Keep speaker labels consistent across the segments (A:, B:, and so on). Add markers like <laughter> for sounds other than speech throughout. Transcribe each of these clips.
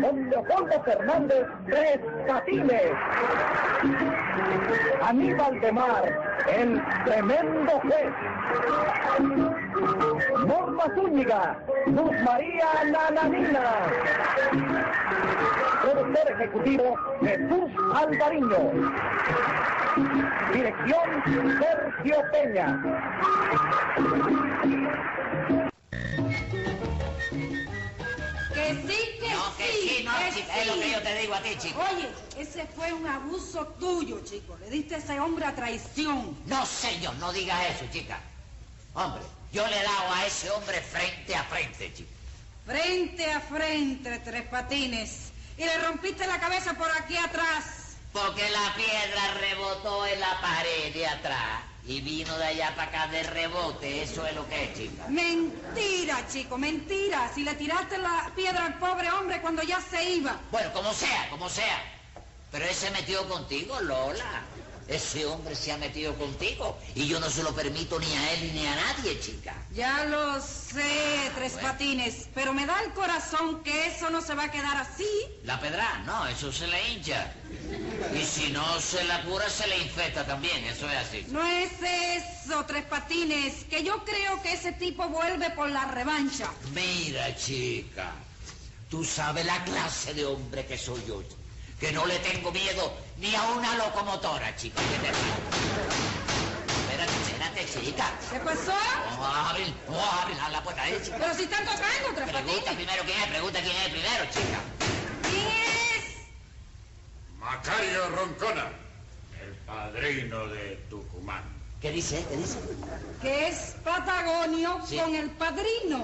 A: Don Leopoldo Fernández Tres Catines. Aníbal de Mar, el tremendo juez. Norma Zúñiga, Luz María Nananina. Productor ejecutivo Jesús Alvariño. Dirección Sergio Peña.
B: Que sí, que
C: No,
B: sí.
C: que sí, no,
B: que
C: chica, es lo
B: sí.
C: que yo te digo a ti, chico.
B: Oye, ese fue un abuso tuyo, chico. Le diste a ese hombre a traición.
C: No, señor, no digas eso, chica. Hombre, yo le he dado a ese hombre frente a frente, chico.
B: Frente a frente, tres patines. Y le rompiste la cabeza por aquí atrás.
C: Porque la piedra rebotó en la pared de atrás y vino de allá para acá de rebote. Eso es lo que es, chica.
B: Mentira, chico, mentira. Si le tiraste la piedra al pobre hombre cuando ya se iba.
C: Bueno, como sea, como sea. Pero él se metió contigo, Lola. Ese hombre se ha metido contigo y yo no se lo permito ni a él ni a nadie, chica.
B: Ya lo sé, tres
C: Bueno.
B: patines. Pero me da el corazón que eso no se va a quedar así.
C: La pedra, no, eso se le hincha. Y si no se la cura, se le infecta también, eso es así.
B: No es eso, Tres Patines, que yo creo que ese tipo vuelve por la revancha.
C: Mira, chica, tú sabes la clase de hombre que soy yo, que no le tengo miedo ni a una locomotora, chica. ¿Qué te digo? Espérate, espérate, chica.
B: ¿Qué pasó?
C: Vamos a abrir, vamos a abrir la puerta, eh, chica.
B: Pero si están tocando, Tres
C: Pregunta
B: Patines.
C: primero quién es, pregunta quién es primero, chica.
B: ¿Quién es?
D: Macario Roncona, el padrino de Tucumán.
C: ¿Qué dice? ¿Qué dice?
B: Que es Patagonio
C: Sí.
B: con el padrino.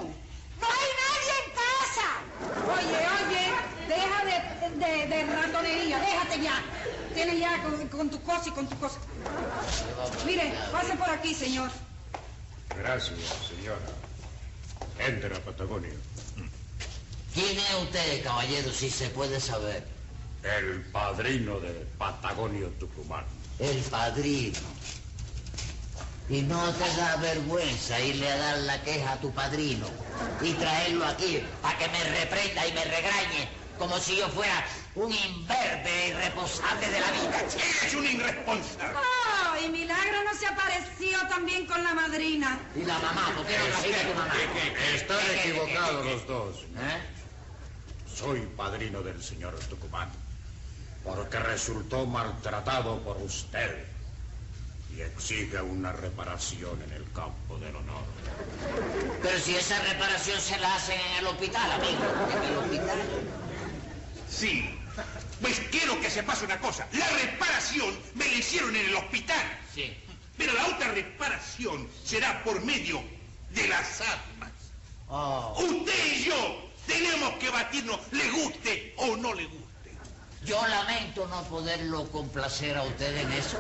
B: ¡No hay nadie en casa! Oye, oye, deja de, de, de ratonería, déjate ya. Tienes ya con, con tu cosa y con tu cosa. Mire, pase por aquí, señor.
D: Gracias, señora. Entra, Patagonio.
C: ¿Quién es usted, caballero, si se puede saber?
D: El padrino de Patagonio Tucumán.
C: El padrino. Y no te da vergüenza irle a dar la queja a tu padrino y traerlo aquí para que me reprenda y me regañe como si yo fuera un imberbe irresponsable de la vida. chico.
D: ¡Es un irresponsable!
B: ¡Ay, Milagro no se apareció también con la madrina!
C: Y la mamá, ¿por qué no trajiste a tu mamá?
D: Están equivocados los dos.
C: ¿Eh?
D: Soy padrino del señor Tucumán, porque resultó maltratado por usted y exige una reparación en el campo del honor.
C: Pero si esa reparación se la hacen en el hospital, amigo, en el hospital.
E: Sí. Pues quiero que sepas una cosa. La reparación me la hicieron en el hospital.
C: Sí.
E: Pero la otra reparación será por medio de las armas.
C: Oh.
E: Usted y yo tenemos que batirnos, le guste o no le guste.
C: Yo lamento no poderlo complacer a ustedes en eso,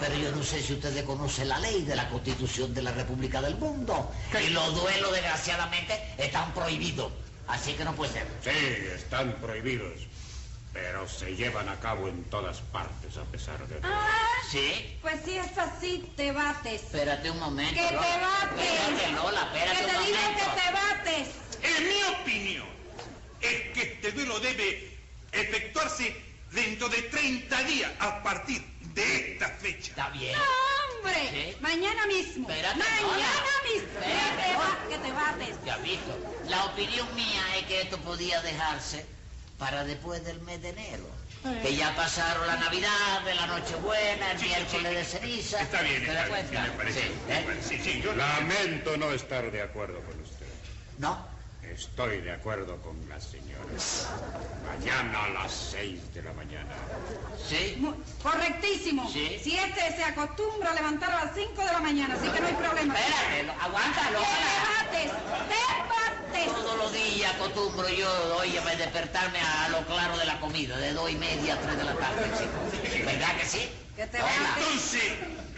C: pero yo no sé si ustedes conocen la ley de la Constitución de la República del Mundo. Y los duelos, desgraciadamente, están prohibidos. Así que no puede ser.
D: Sí, están prohibidos, pero se llevan a cabo en todas partes a pesar de
C: Ah,
D: todo.
C: ¿Sí?
B: Pues si es así, te bates.
C: Espérate un momento.
B: ¡Que te
C: Lola. Espérate,
B: bates!
C: Lola, espérate
B: ¡Que te
C: un
B: digo
C: momento.
B: que te bates!
E: En mi opinión, es que este duelo debe efectuarse dentro de 30 días a partir de esta fecha.
C: Está bien.
B: ¡No, hombre!
C: ¿Sí?
B: Mañana mismo.
C: Espérate,
B: Mañana
C: Lola.
B: mismo.
C: Espérate,
B: que, te
C: Lola.
B: ba- que te bates.
C: Ya visto. La opinión mía es que esto podía dejarse para después del mes de enero. Que ya pasaron la Navidad, de la Nochebuena, el miércoles de ceniza.
E: Está bien,
C: ¿Te
E: está
C: das
E: bien,
C: cuenta?
E: me parece.
C: Sí,
E: me
C: ¿eh?
E: parece, sí, yo-
D: Lamento no estar de acuerdo con usted.
C: No,
D: Estoy de acuerdo con la señora. Mañana a las seis de la mañana.
C: sí.
B: Mu- Correctísimo.
C: ¿Sí?
B: Si este se acostumbra a levantar a las 5 de la mañana, así que no hay problema.
C: Espérate, lo- aguanta,
B: ¡Que
C: Lola.
B: te bates! ¡Te bates!
C: Todos los días acostumbro yo, oye, a despertarme a lo claro de la comida, de dos y media a tres de la tarde, chico. ¿Verdad que sí?
B: Que te
C: Lola.
B: bates.
E: Entonces,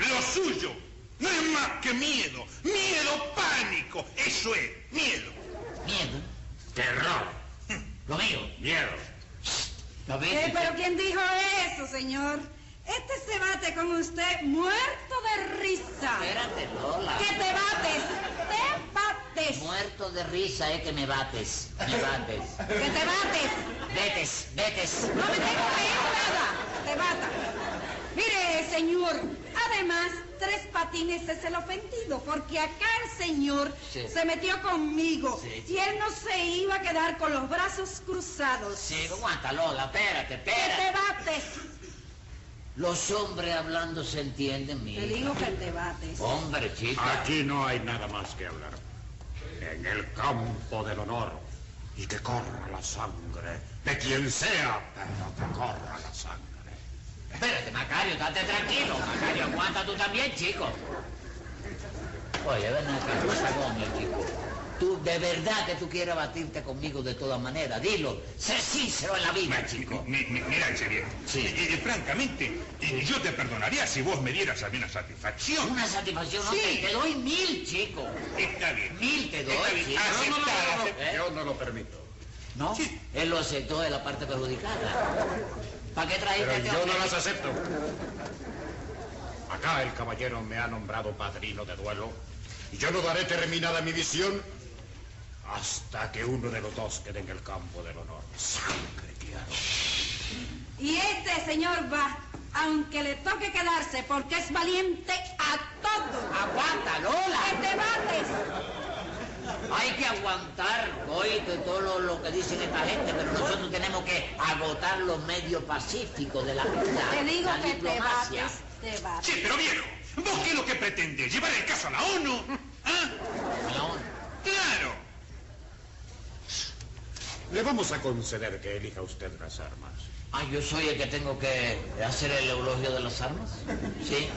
E: lo suyo no es más que miedo. Miedo, pánico. Eso es, miedo.
C: Miedo.
D: Terror,
C: Lo mío.
D: miedo.
C: ¿Lo
B: Eh,
C: viste?
B: ¿Pero quién dijo eso, señor? Este se bate con usted muerto de risa.
C: Espérate, Lola.
B: Que te bates, te bates,
C: Muerto de risa es que me bates. Me bates.
B: que te bates.
C: Vetes, vetes.
B: No me tengo que ir nada, te bata. Mire, señor, además, tres patines es el ofendido, porque acá el señor
C: Sí.
B: se metió conmigo
C: Sí.
B: y él no se iba a quedar con los brazos cruzados.
C: Sí, aguanta, Lola, espérate,
B: Que te
C: espérate.
B: bates.
C: Los hombres hablando se entienden, mi
B: Te
C: hija.
B: digo que te bates.
C: Hombre, chica.
D: Aquí no hay nada más que hablar. En el campo del honor. Y que corra la sangre. De quien sea, pero que corra la sangre.
C: Espérate, Macario, estate tranquilo. Macario, aguanta tú también, chico. Oye, ven acá, Patagonia, chico. Tú, de verdad que tú quieres batirte conmigo de todas maneras. Dilo, sé sincero en la vida, chico.
E: Mi- mi- mira, ese viejo.
C: Sí.
E: Eh, eh, francamente, eh, yo te perdonaría si vos me dieras a mí una satisfacción.
C: Una satisfacción, no
E: Sí.
C: te, te doy mil, chico.
E: Está bien.
C: Mil te doy,
E: Está bien.
C: chico.
E: Ah,
C: No, no, no, no, no.
E: Aceptada,
C: ¿Eh?
D: Yo no lo permito.
C: ¿No?
E: Sí.
C: Él lo aceptó de la parte perjudicada. ¿Para qué trajiste a
D: Pero
C: este
D: yo
C: hombre
D: no
C: aquí?
D: las acepto. Acá el caballero me ha nombrado padrino de duelo y yo no daré terminada mi visión hasta que uno de los dos quede en el campo del honor. Sangre, claro.
B: Y este señor va, aunque le toque quedarse, porque es valiente a todo.
C: Aguanta, Lola.
B: Que te bates.
C: Hay que aguantar, oíste, todo lo, lo que dicen esta gente, pero nosotros tenemos que agotar los medios pacíficos de la vida.
B: Te digo
C: la
B: que te
C: diplomacia.
B: bates, te bates.
E: Sí, pero viejo, ¿vos qué es lo que pretendes? ¿Llevar el caso a la ONU?
D: <laughs>
E: ¿Ah?
C: No,
E: ¡Claro!
D: Le vamos a conceder que elija usted las armas.
C: Ah, yo soy el que tengo que hacer el eulogio de las armas. Sí.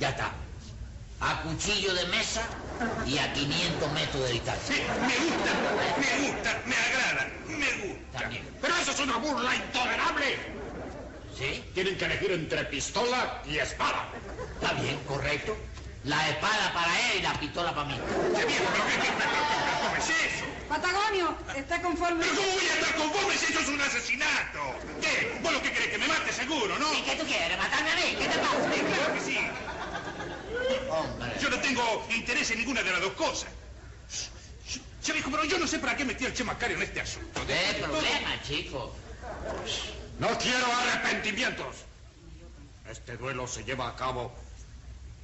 C: Ya está. A cuchillo de mesa y a 500 metros de distancia.
E: Sí, me gusta, me gusta, me agrada, me gusta.
C: También.
D: Pero eso es una burla intolerable.
C: ¿Sí?
D: Tienen que elegir entre pistola y espada.
C: Está bien, correcto. La espada para él y la pistola para mí.
E: Che, viejo, pero qué, qué- pero- pero ¿cómo es eso?
B: Patagonio, ¿está
C: <laughs>
B: conforme?
E: ¿Pero cómo voy a estar conforme si eso es un asesinato? ¿Qué? ¿Vos lo que crees? ¿Que me mate seguro, no?
C: ¿Y qué tú quieres? ¿Matarme a mí? ¿Qué te
E: Sí,
C: pasa?
E: claro que sí.
C: Hombre.
E: Yo no tengo interés en ninguna de las dos cosas. Che, viejo, pero yo no sé para qué metí al Che Macario en este asunto.
C: ¿Qué problema, chico?
D: No quiero arrepentimientos. Este duelo se lleva a cabo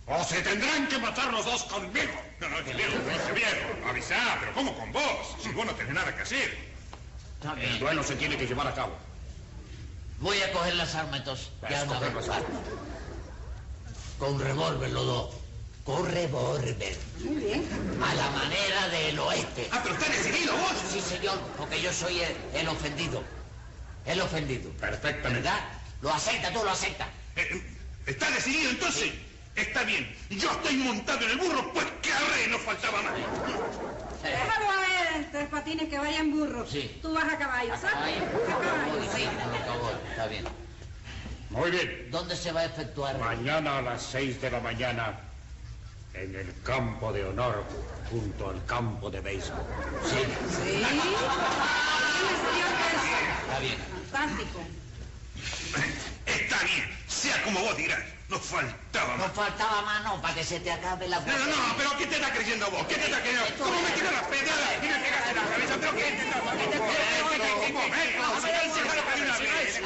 D: o se tendrán que matar los dos conmigo.
E: No, no, che viejo, no, che viejo. Avisá, pero ¿cómo con vos? Si vos no tenés nada que hacer. Eh,
C: Está
D: El
C: bien.
D: duelo se tiene que llevar a cabo.
C: Voy a coger las armas entonces.
D: Vas
C: Ya
D: a
C: una
D: coger
C: vez.
D: las armas.
C: Con revólver los dos. Con revólver.
B: Muy bien.
C: A la manera del oeste.
E: Ah, pero está decidido vos.
C: Sí, señor, porque yo soy el, el ofendido. El ofendido.
D: Perfectamente.
C: ¿Verdad? Lo acepta, tú lo aceptas.
E: Eh, ¿Está decidido entonces? Está bien. Yo estoy montado en el burro, pues que arre, no faltaba más.
C: Eh.
B: Déjalo a él, este patines que vayan burro.
C: Sí.
B: Tú vas a caballo, ¿sabes?
C: Ahí.
B: A caballo, sí.
C: Por favor, está bien.
D: Muy bien.
C: ¿Dónde se va a efectuar?
D: Mañana a las seis de la mañana, en el campo de honor, junto al campo de béisbol.
C: Sí,
B: Sí. Bien, señor Nelson.
C: está bien.
B: Fantástico.
E: Está bien. Sea como vos dirás. No faltaba
C: No
E: más.
C: faltaba mano para que se te acabe la
E: No, no, no, pero ¿qué te está creyendo vos? ¿Qué te está creyendo? ¿Cómo me tiró las pedradas? Y me pegaste la cabeza, pero ¿qué te está pasando? Un momento, vamos a ver si es algo de una vez.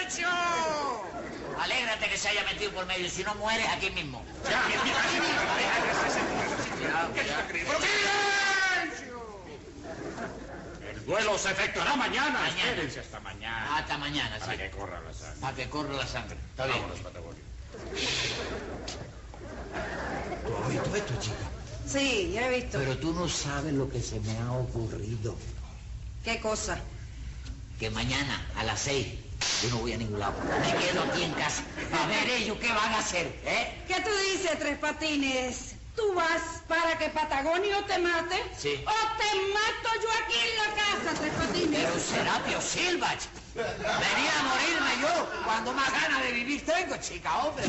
E: ¡Silencio!
C: Alégrate que se haya metido por medio, si no mueres aquí mismo.
E: Ya, mira, mira, así mismo, así mismo, así mismo. ¿Qué te está creyendo? ¡Pero silencio!
D: El duelo se efectuará mañana.
C: Mañana.
D: Espérense hasta
E: Ah,
D: mañana.
C: Hasta mañana,
D: Para
C: sí.
D: que corra la sangre.
C: Para que corra la sangre. Está bien.
D: Vámonos, Patagonio.
C: Tú has visto esto, chica.
B: Sí, ya he visto.
C: Pero tú no sabes lo que se me ha ocurrido.
B: ¿Qué cosa?
C: Que mañana a las seis yo no voy a ningún lado. Me quedo aquí en casa. A ver ellos qué van a hacer, ¿eh?
B: ¿Qué tú dices, Tres Patines? ¿Tú vas para que Patagonio te mate?
C: Sí.
B: ¿O te mato yo aquí en la casa, Tres Patines?
C: Pero Serapio Silva, ch- venía a morirme yo cuando más ganas de vivir tengo, chica, hombre.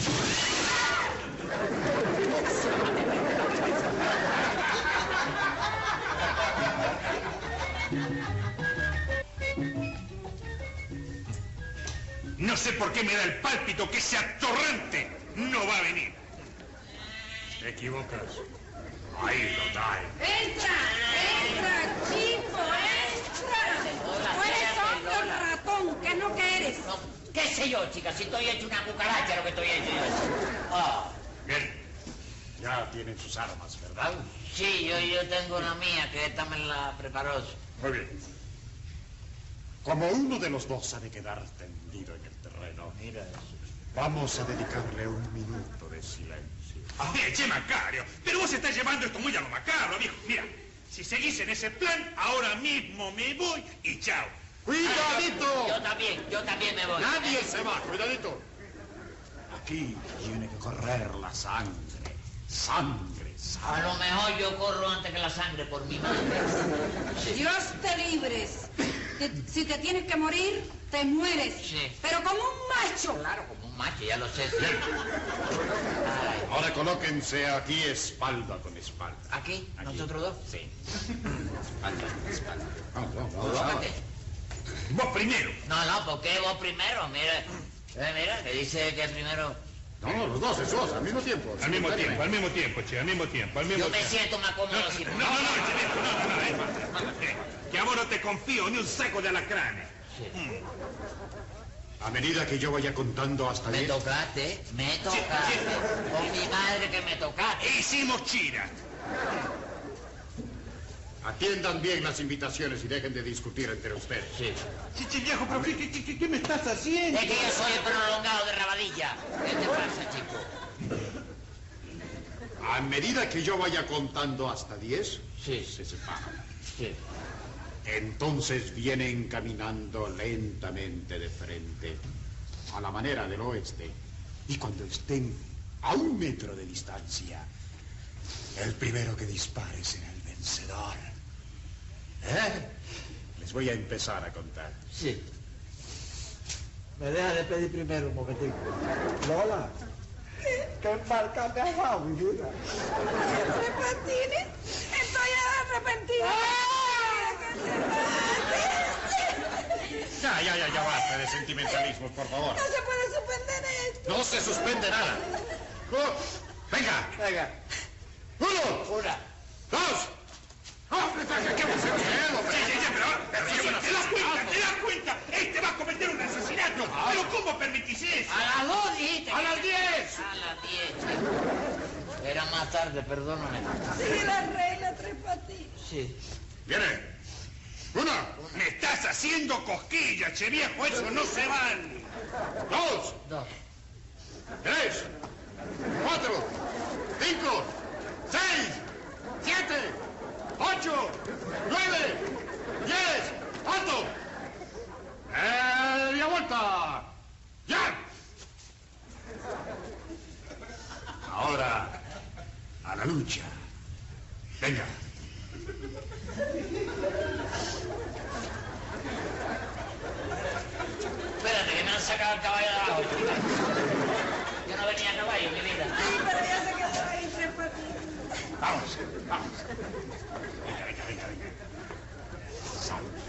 E: No sé por qué me da el pálpito que ese atorrante no va a venir.
D: Te equivocas. Ahí lo trae.
B: ¡Entra! ¡Entra, chico! ¡Entra! Tú eres otro ratón, que no que eres.
C: No, ¿Qué sé yo, chica? Si estoy hecho una cucaracha lo que estoy hecho yo. Ah,
D: Bien. Ya tienen sus armas, ¿verdad?
C: sí, yo, yo tengo una mía que esta me la preparó.
D: Muy bien. Como uno de los dos ha de quedar tendido en el terreno,
C: Mira eso.
D: vamos a dedicarle un minuto de silencio.
E: Mira, che Macario, pero vos estás llevando esto muy a lo macabro, viejo. Mira, si seguís en ese plan, ahora mismo me voy y chao.
C: Yo también, yo también me voy.
D: Nadie se va, cuidadito. Aquí tiene que correr la sangre. Sangre,
C: A
D: sangre.
C: lo mejor yo corro antes que la sangre por mi madre.
B: Dios te libres. Te- si te tienes que morir, te mueres.
C: Sí.
B: Pero como un macho.
C: Claro, como un macho, ya lo sé. sí. Ay,
D: Ahora colóquense aquí espalda con espalda.
C: ¿Aquí? ¿Nosotros dos? Sí.
D: Espalda con espalda. Vamos, vamos, vamos, vamos.
C: Colócate.
E: Vos primero.
C: No, no, ¿por qué vos primero? Mira, eh, mira, que dice que primero...
D: No, los dos, esos, al mismo tiempo.
E: Al mismo tiempo, ¿eh? al mismo tiempo, che, al mismo tiempo, al mismo
C: Yo me
E: tiempo.
C: siento más
E: No,
C: cómodo
E: no, no,
C: si...
E: che, viejo, no, no, no, eh, eh, que a vos no te confío ni un saco de alacranes.
D: A medida que yo vaya contando hasta
C: Me
D: 10,
C: tocaste, me tocaste. Con mi madre que me tocaste.
E: Eh, Hicimos chira.
D: atiendan bien las invitaciones y dejen de discutir entre ustedes.
C: Sí.
E: Che, che, viejo, pero ¿qué, qué- qué- qué me estás haciendo?
C: Es que yo soy el prolongado de Rabadilla. ¿Qué te pasa, chico?
D: A medida que yo vaya contando hasta 10,
C: Sí,
D: se separan.
C: sí.
D: Entonces vienen caminando lentamente de frente, a la manera del oeste. Y cuando estén a un metro de distancia, el primero que dispare será el vencedor. ¿Eh? Les voy a empezar a contar.
C: Sí.
F: Me deja de pedir primero un momentico. Lola, ¿qué marca me has dado, mi vida?
B: Repentines, estoy arrepentida.
D: Ya, ya, ya, ya basta de sentimentalismos, por favor.
B: No se puede suspender esto.
D: No se suspende nada. Oh, Venga,
F: Venga,
D: uno,
F: una.
D: dos. ¡Hombre, venga, qué vos
E: Che, che, che, Eh, pero, pero, che, ¿te das cuenta? ¿Te das cuenta? Este va a cometer un asesinato. Pero ¿cómo permitís eso?
C: A las dos dijiste.
E: ¡A las 10!
C: A las diez, chico. Era más tarde, perdóname.
B: Sigue la regla, tres patines.
C: Sí.
D: Viene. Una,
E: Me estás haciendo cosquillas, che viejo, eso no se vale.
D: dos,
C: Dos.
D: tres, cuatro, cinco, seis, siete, ocho, nueve, diez, alto. ¡Media vuelta! ¡Ya! Ahora, a la lucha. Venga.
C: Espérate, que me han sacado el caballo de abajo, chica. Yo no venía a caballo, mi vida.
B: Sí, pero ya se quedó ahí, tres patines.
D: Vamos, vamos. Venga, venga, venga, venga. Sangre,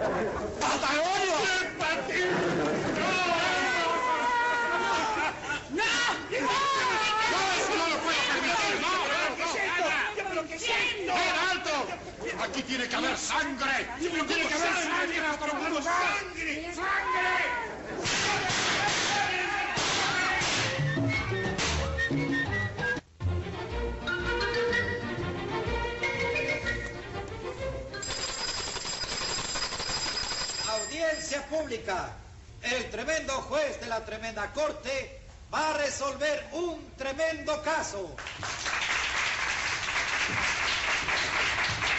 D: sangre.
E: ¡Patagonia!
D: ¡No, eso no lo puedo permitir! ¡No, no, no! ¡Ven, alto! ¡Aquí tiene que haber sangre! ¡Tiene que haber sangre!
E: ¡Sangre! ¡Sangre! ¡Sangre!
F: Audiencia pública. El tremendo juez de la tremenda corte va a resolver un tremendo caso.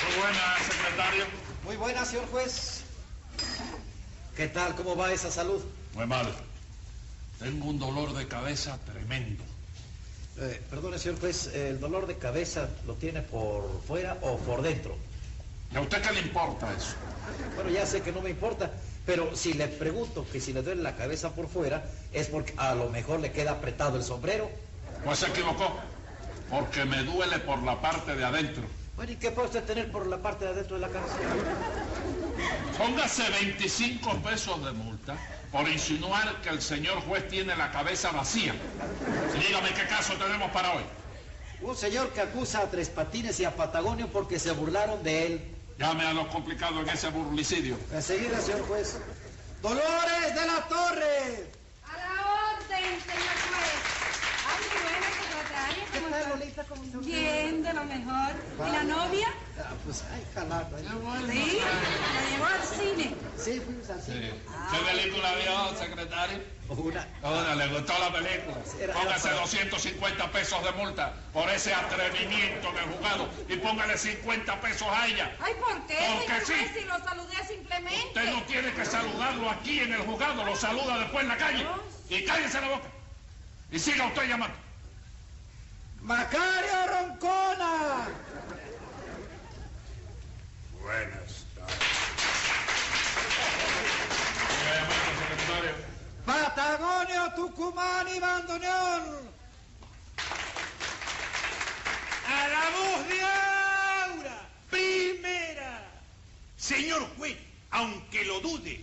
E: Muy buena, secretario.
F: Muy buena, señor juez. ¿Qué tal? ¿Cómo va esa salud?
E: Muy mal. Tengo un dolor de cabeza tremendo.
F: Eh, perdone, señor juez, ¿el dolor de cabeza lo tiene por fuera o por dentro?
E: ¿Y a usted qué le importa eso?
F: Bueno, ya sé que no me importa, pero si le pregunto que si le duele la cabeza por fuera, es porque a lo mejor le queda apretado el sombrero.
E: Pues se equivocó. Porque me duele por la parte de adentro.
F: Bueno, ¿y qué puede usted tener por la parte de adentro de la cabeza?
E: Y
G: Póngase 25 pesos de multa por insinuar que el señor juez tiene la cabeza vacía. Dígame qué caso tenemos para hoy.
F: Un señor que acusa a Tres Patines y a Patagonio porque se burlaron de él.
G: Llame a los complicados en ese burlicidio.
F: Enseguida, señor juez. Dolores de la Torre.
B: A la orden, señor juez. Ay, qué buena secretaria.
F: ¿Qué
B: ¿cómo
F: tal,
B: está?
F: Lolita? ¿Cómo está usted?
B: Bien, de lo mejor. ¿Y la novia?
F: Ah, pues, ay, calaca.
B: Sí, la llevó al cine.
F: Sí, fuimos al cine.
G: ¿Qué película vio, secretario?
F: Una.
G: Ahora le gustó la película.
F: Era-
G: Póngase
F: era para-
G: 250 pesos de multa por ese atrevimiento en el juzgado y póngale 50 pesos a ella.
B: Ay, ¿por qué, señor
G: Porque
B: juez?
G: sí.
B: Si lo saludé simplemente.
G: Usted no tiene que saludarlo aquí en el juzgado, lo saluda después en la calle. Y cállese la boca. Y siga usted llamando.
F: Macario Roncona.
D: Buenas tardes.
G: Siga llamando, secretario.
F: Patagonio, Tucumán y Bandoneón.
E: A la voz de Aura, primera. Señor juez, aunque lo dude,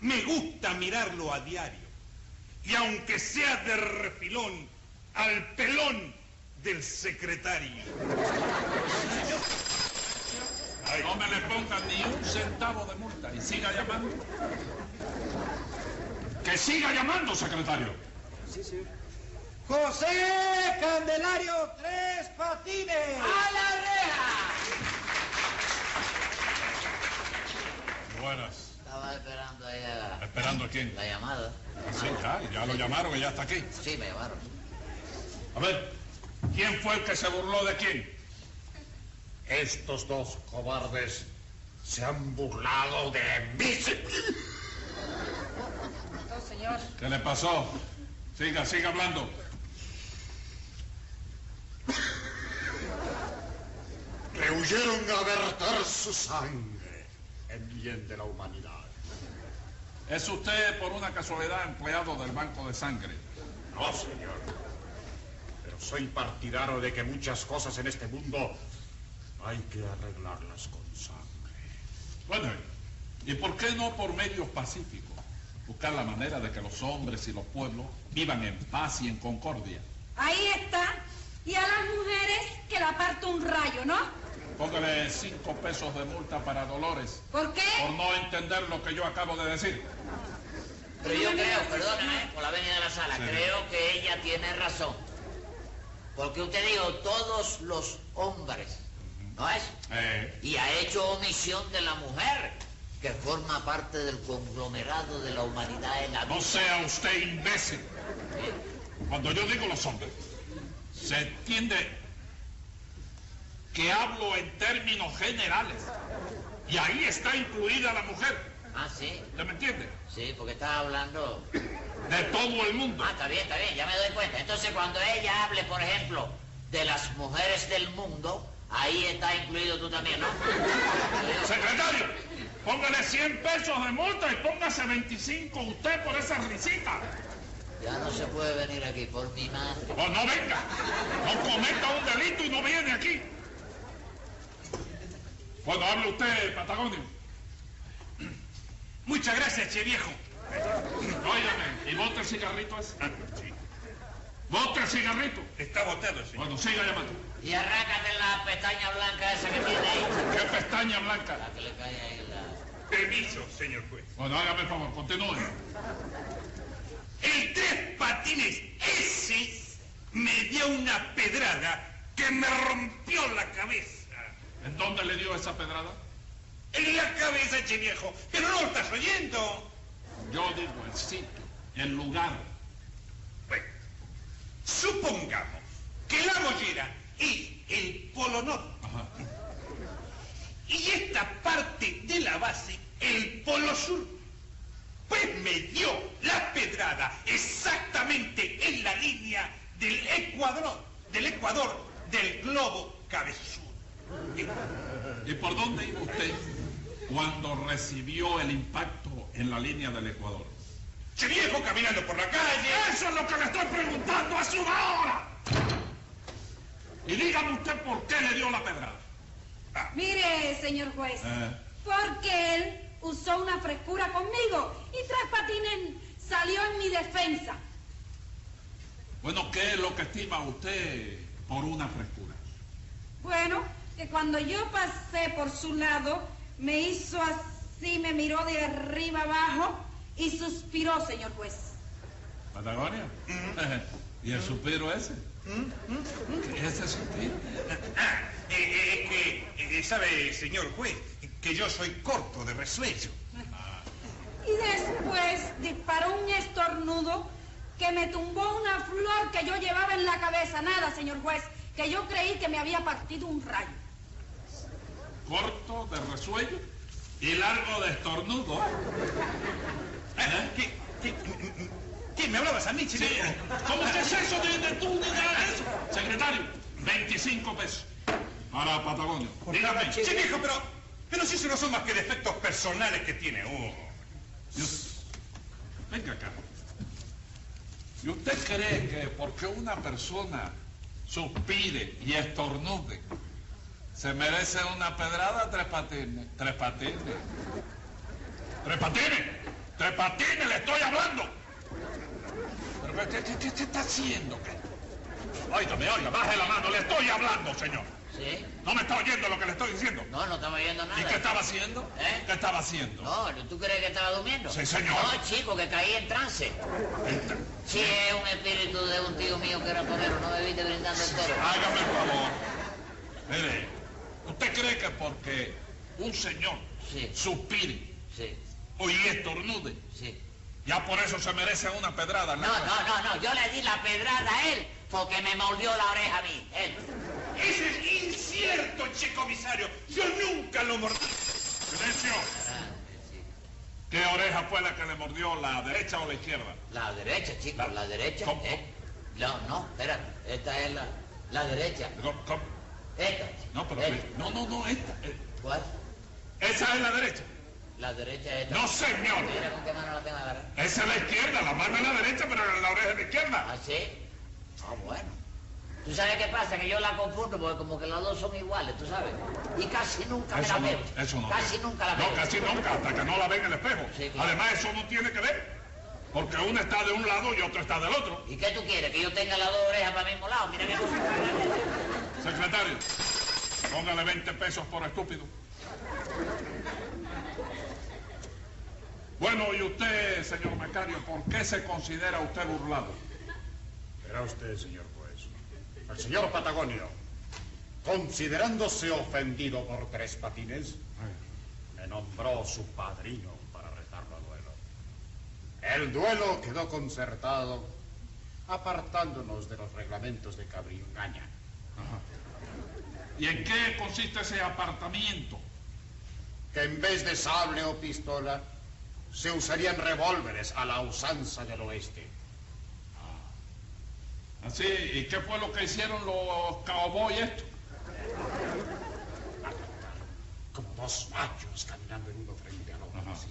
E: me gusta mirarlo a diario. Y aunque sea de refilón, al pelón del secretario.
G: No me le pongan ni un centavo de multa y siga llamando. Que siga llamando, secretario.
F: José Candelario Tres Patines.
G: Buenas.
C: Estaba esperando ahí la,
G: ¿Esperando a quién?
C: la llamada.
G: Sí, ya, ya lo llamaron y ya está aquí.
C: Sí, me llamaron.
G: A ver, ¿quién fue el que se burló de quién?
D: Estos dos cobardes se han burlado de mí.
B: No, señor.
G: ¿Qué le pasó? Siga, siga hablando.
D: Rehuyeron a verter su sangre en bien de la humanidad.
G: ¿Es usted por una casualidad empleado del Banco de Sangre?
D: No, señor. Pero soy partidario de que muchas cosas en este mundo hay que arreglarlas con sangre.
G: Bueno, ¿y por qué no por medios pacíficos? Buscar la manera de que los hombres y los pueblos vivan en paz y en concordia.
B: Ahí está. Y a las mujeres que la parto un rayo, ¿no?
G: Póngale cinco pesos de multa para Dolores
B: ¿Por qué?
G: por no entender lo que yo acabo de decir.
C: Pero yo creo, perdona, eh, por la venia de la sala,
G: Sí.
C: creo que ella tiene razón. Porque usted dijo todos los hombres, ¿no es?
G: Eh,
C: Y ha hecho omisión de la mujer, que forma parte del conglomerado de la humanidad en la
G: no sea usted imbécil. Cuando yo digo los hombres, se entiende que hablo en términos generales. Y ahí está incluida la mujer.
C: Ah, sí,
G: ¿Usted me entiende?
C: sí, porque estaba hablando...
G: De todo el mundo.
C: Ah, está bien, está bien, ya me doy cuenta. Entonces, cuando ella hable, por ejemplo, de las mujeres del mundo, ahí está incluido tú también, ¿no?
G: Secretario, póngale 100 pesos de multa y póngase 25 usted por esa risita.
C: Ya no se puede venir aquí por mi madre.
G: O no venga, no cometa un delito y no viene aquí. Bueno, hable usted, Patagonio.
E: Muchas gracias, che viejo.
G: Óigame, y bote el cigarrito ese.
E: Ah, sí,
G: Bote el cigarrito.
E: está botado, señor.
G: Bueno, siga llamando.
C: Y arrácate la pestaña blanca esa que tiene ahí.
G: Qué pestaña blanca.
C: Para que le caiga ahí la...
E: Permiso, señor juez.
G: Bueno, hágame el favor, continúe.
E: El tres patines ese me dio una pedrada que me rompió la cabeza.
G: ¿En dónde le dio esa pedrada?
E: En la cabeza, che viejo. Pero no lo estás oyendo.
G: Yo digo el sitio, el lugar.
E: Bueno, supongamos que la bollera es el polo norte
G: Ajá.
E: y esta parte de la base el polo sur. Pues me dio la pedrada exactamente en la línea del Ecuador, del Ecuador del globo cabezudo.
G: ¿Y por dónde iba usted cuando recibió el impacto en la línea del Ecuador?
E: Che viejo caminando por la calle.
G: Eso es lo que le estoy preguntando hace una hora. Y dígame usted por qué le dio la pedrada.
B: Mire, señor juez.
G: Eh.
B: Porque él usó una frescura conmigo y tras patines salió en mi defensa.
G: Bueno, ¿qué es lo que estima usted por una frescura?
B: Bueno, que cuando yo pasé por su lado, me hizo así, me miró de arriba abajo y suspiró, señor juez.
G: ¿Patagonia? <laughs> ¿Y el suspiro ese? ¿Qué es ese suspiro?
E: Ah, eh, eh, es que, eh, sabe, señor juez, que yo soy corto de resuello.
B: Y después disparó un estornudo que me tumbó una flor que yo llevaba en la cabeza. Nada, señor juez, que yo creí que me había partido un rayo.
G: Corto de resuello y largo de estornudo. ¿Eh?
E: Ah, ¿Qué, qué, qué, me hablabas a mí,
G: Sí,
E: chileco?
G: ¿cómo que es eso de, de tú ni nada de eso? Secretario, 25 pesos para Patagonia. Dígame,
E: Sí, viejo, pero, pero si eso no son más que defectos personales que tiene uno.
G: Y usted- Venga acá. ¿Y usted cree que porque una persona suspire y estornude, se merece una pedrada tres patines? Tres patines. Tres patines. Tres patines, le estoy hablando. ¿Pero qué, qué- qué- qué está haciendo? ¿Qué? Óigame, oiga, baje la mano, le estoy hablando, señor.
C: ¿Sí?
G: ¿No me está oyendo lo que le estoy diciendo?
C: No, no estamos viendo nada.
G: ¿Y qué estaba haciendo?
C: ¿Eh?
G: ¿Qué estaba haciendo?
C: No, ¿tú crees que estaba durmiendo?
E: Sí, señor.
C: No, chico, que caí en trance.
G: Este,
C: Sí, es un espíritu de un tío mío que era torero, no me viste brindando entero.
G: Hágame el favor. Mire, ¿usted cree que porque un señor
C: Sí.
G: suspire
C: Sí,
G: o y estornude,
C: sí.
G: ya por eso se merece una pedrada? en la
C: No,
G: cabeza?
C: no, no, no, yo le di la pedrada a él porque me mordió la oreja a mí. Él.
E: Eso es incierto, che comisario. Yo nunca lo mordí.
G: Silencio. ¿Qué oreja fue la que le mordió, la derecha o la izquierda?
C: La derecha, chico, la, derecha.
G: ¿Cómo?
C: ¿eh? No, no, espérate, esta es la, la derecha.
G: ¿Cómo- cómo?
C: Esta.
G: No, pero...
C: Esta.
G: No, no, no, esta. eh,
C: ¿Cuál?
G: Esa es la derecha.
C: La derecha es esta.
G: No, señor.
C: Mira con qué mano la tengo agarrada.
G: Esa es la izquierda, la mano es la derecha, pero la oreja es la izquierda.
C: ¿Ah, sí? Ah, bueno. ¿Tú sabes qué pasa? Que yo la confundo porque como que las dos son iguales, ¿tú sabes? Y casi nunca me
G: Eso
C: la
G: no,
C: veo.
G: eso no.
C: Casi
G: tiene.
C: nunca la veo.
G: No, casi nunca, hasta que no la ve en el espejo.
C: Sí, claro.
G: Además, eso no tiene que ver. Porque una está de un lado y otra está del otro.
C: ¿Y qué tú quieres? ¿Que yo tenga las dos orejas para el mismo lado? Mira qué cosa.
G: Secretario, póngale 20 pesos por estúpido. Bueno, y usted, señor Macario, ¿por qué se considera usted burlado?
D: Verá usted, señor juez. El señor Patagonio, considerándose ofendido por tres patines, me nombró su padrino para retarlo a duelo. El duelo quedó concertado apartándonos de los reglamentos de Cabringaña.
G: ¿Y en qué consiste ese apartamiento?
D: que en vez de sable o pistola se usarían revólveres a la usanza del oeste.
G: Así, ¿y qué fue lo que hicieron los cowboys estos?
D: como dos machos caminando el uno frente al otro.
G: Ajá.
D: así.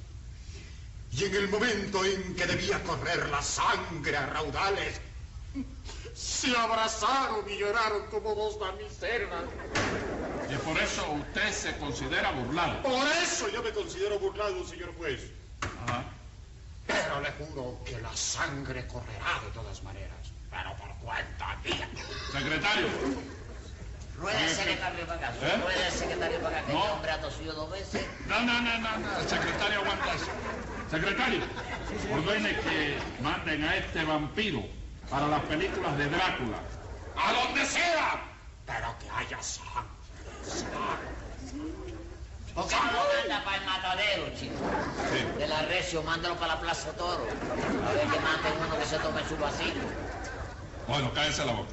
D: Y en el momento en que debía correr la sangre a raudales, se abrazaron y lloraron como dos damiselas.
G: Y por eso usted se considera burlado.
D: Por eso yo me considero burlado, señor juez.
G: Ajá.
D: Pero le juro que la sangre correrá de todas maneras. Pero por cuenta mía.
G: Secretario,
C: Rueda el secretario para acá.
G: ¿Eh?
C: Rueda el secretario para acá. Que
G: No.
C: este hombre ha tosido dos veces.
G: No, no, no, no, no. El secretario aguanta eso. Secretario, ordene que manden a este vampiro para las películas de Drácula.
D: ¡A donde sea! Pero que haya sangre.
C: ¿Por qué no lo manda para el matadero, chico?
G: Sí.
C: De la recio, mándalo para la Plaza Toro. A ver que maten uno que se tome su vacío.
G: Bueno, cállese la boca.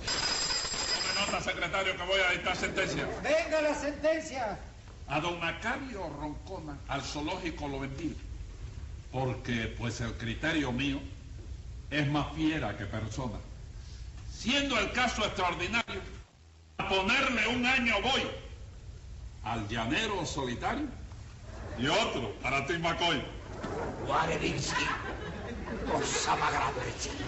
G: Tome nota, secretario, que voy a dictar sentencia.
F: Venga la sentencia.
G: A don Macario Roncona, al zoológico lo vendí. Porque, pues, el criterio mío es más fiera que persona. Siendo el caso extraordinario, a ponerle un año voy al llanero solitario y otro para ti, Macoy.
C: Guarevinsky, cosa más grande, chico.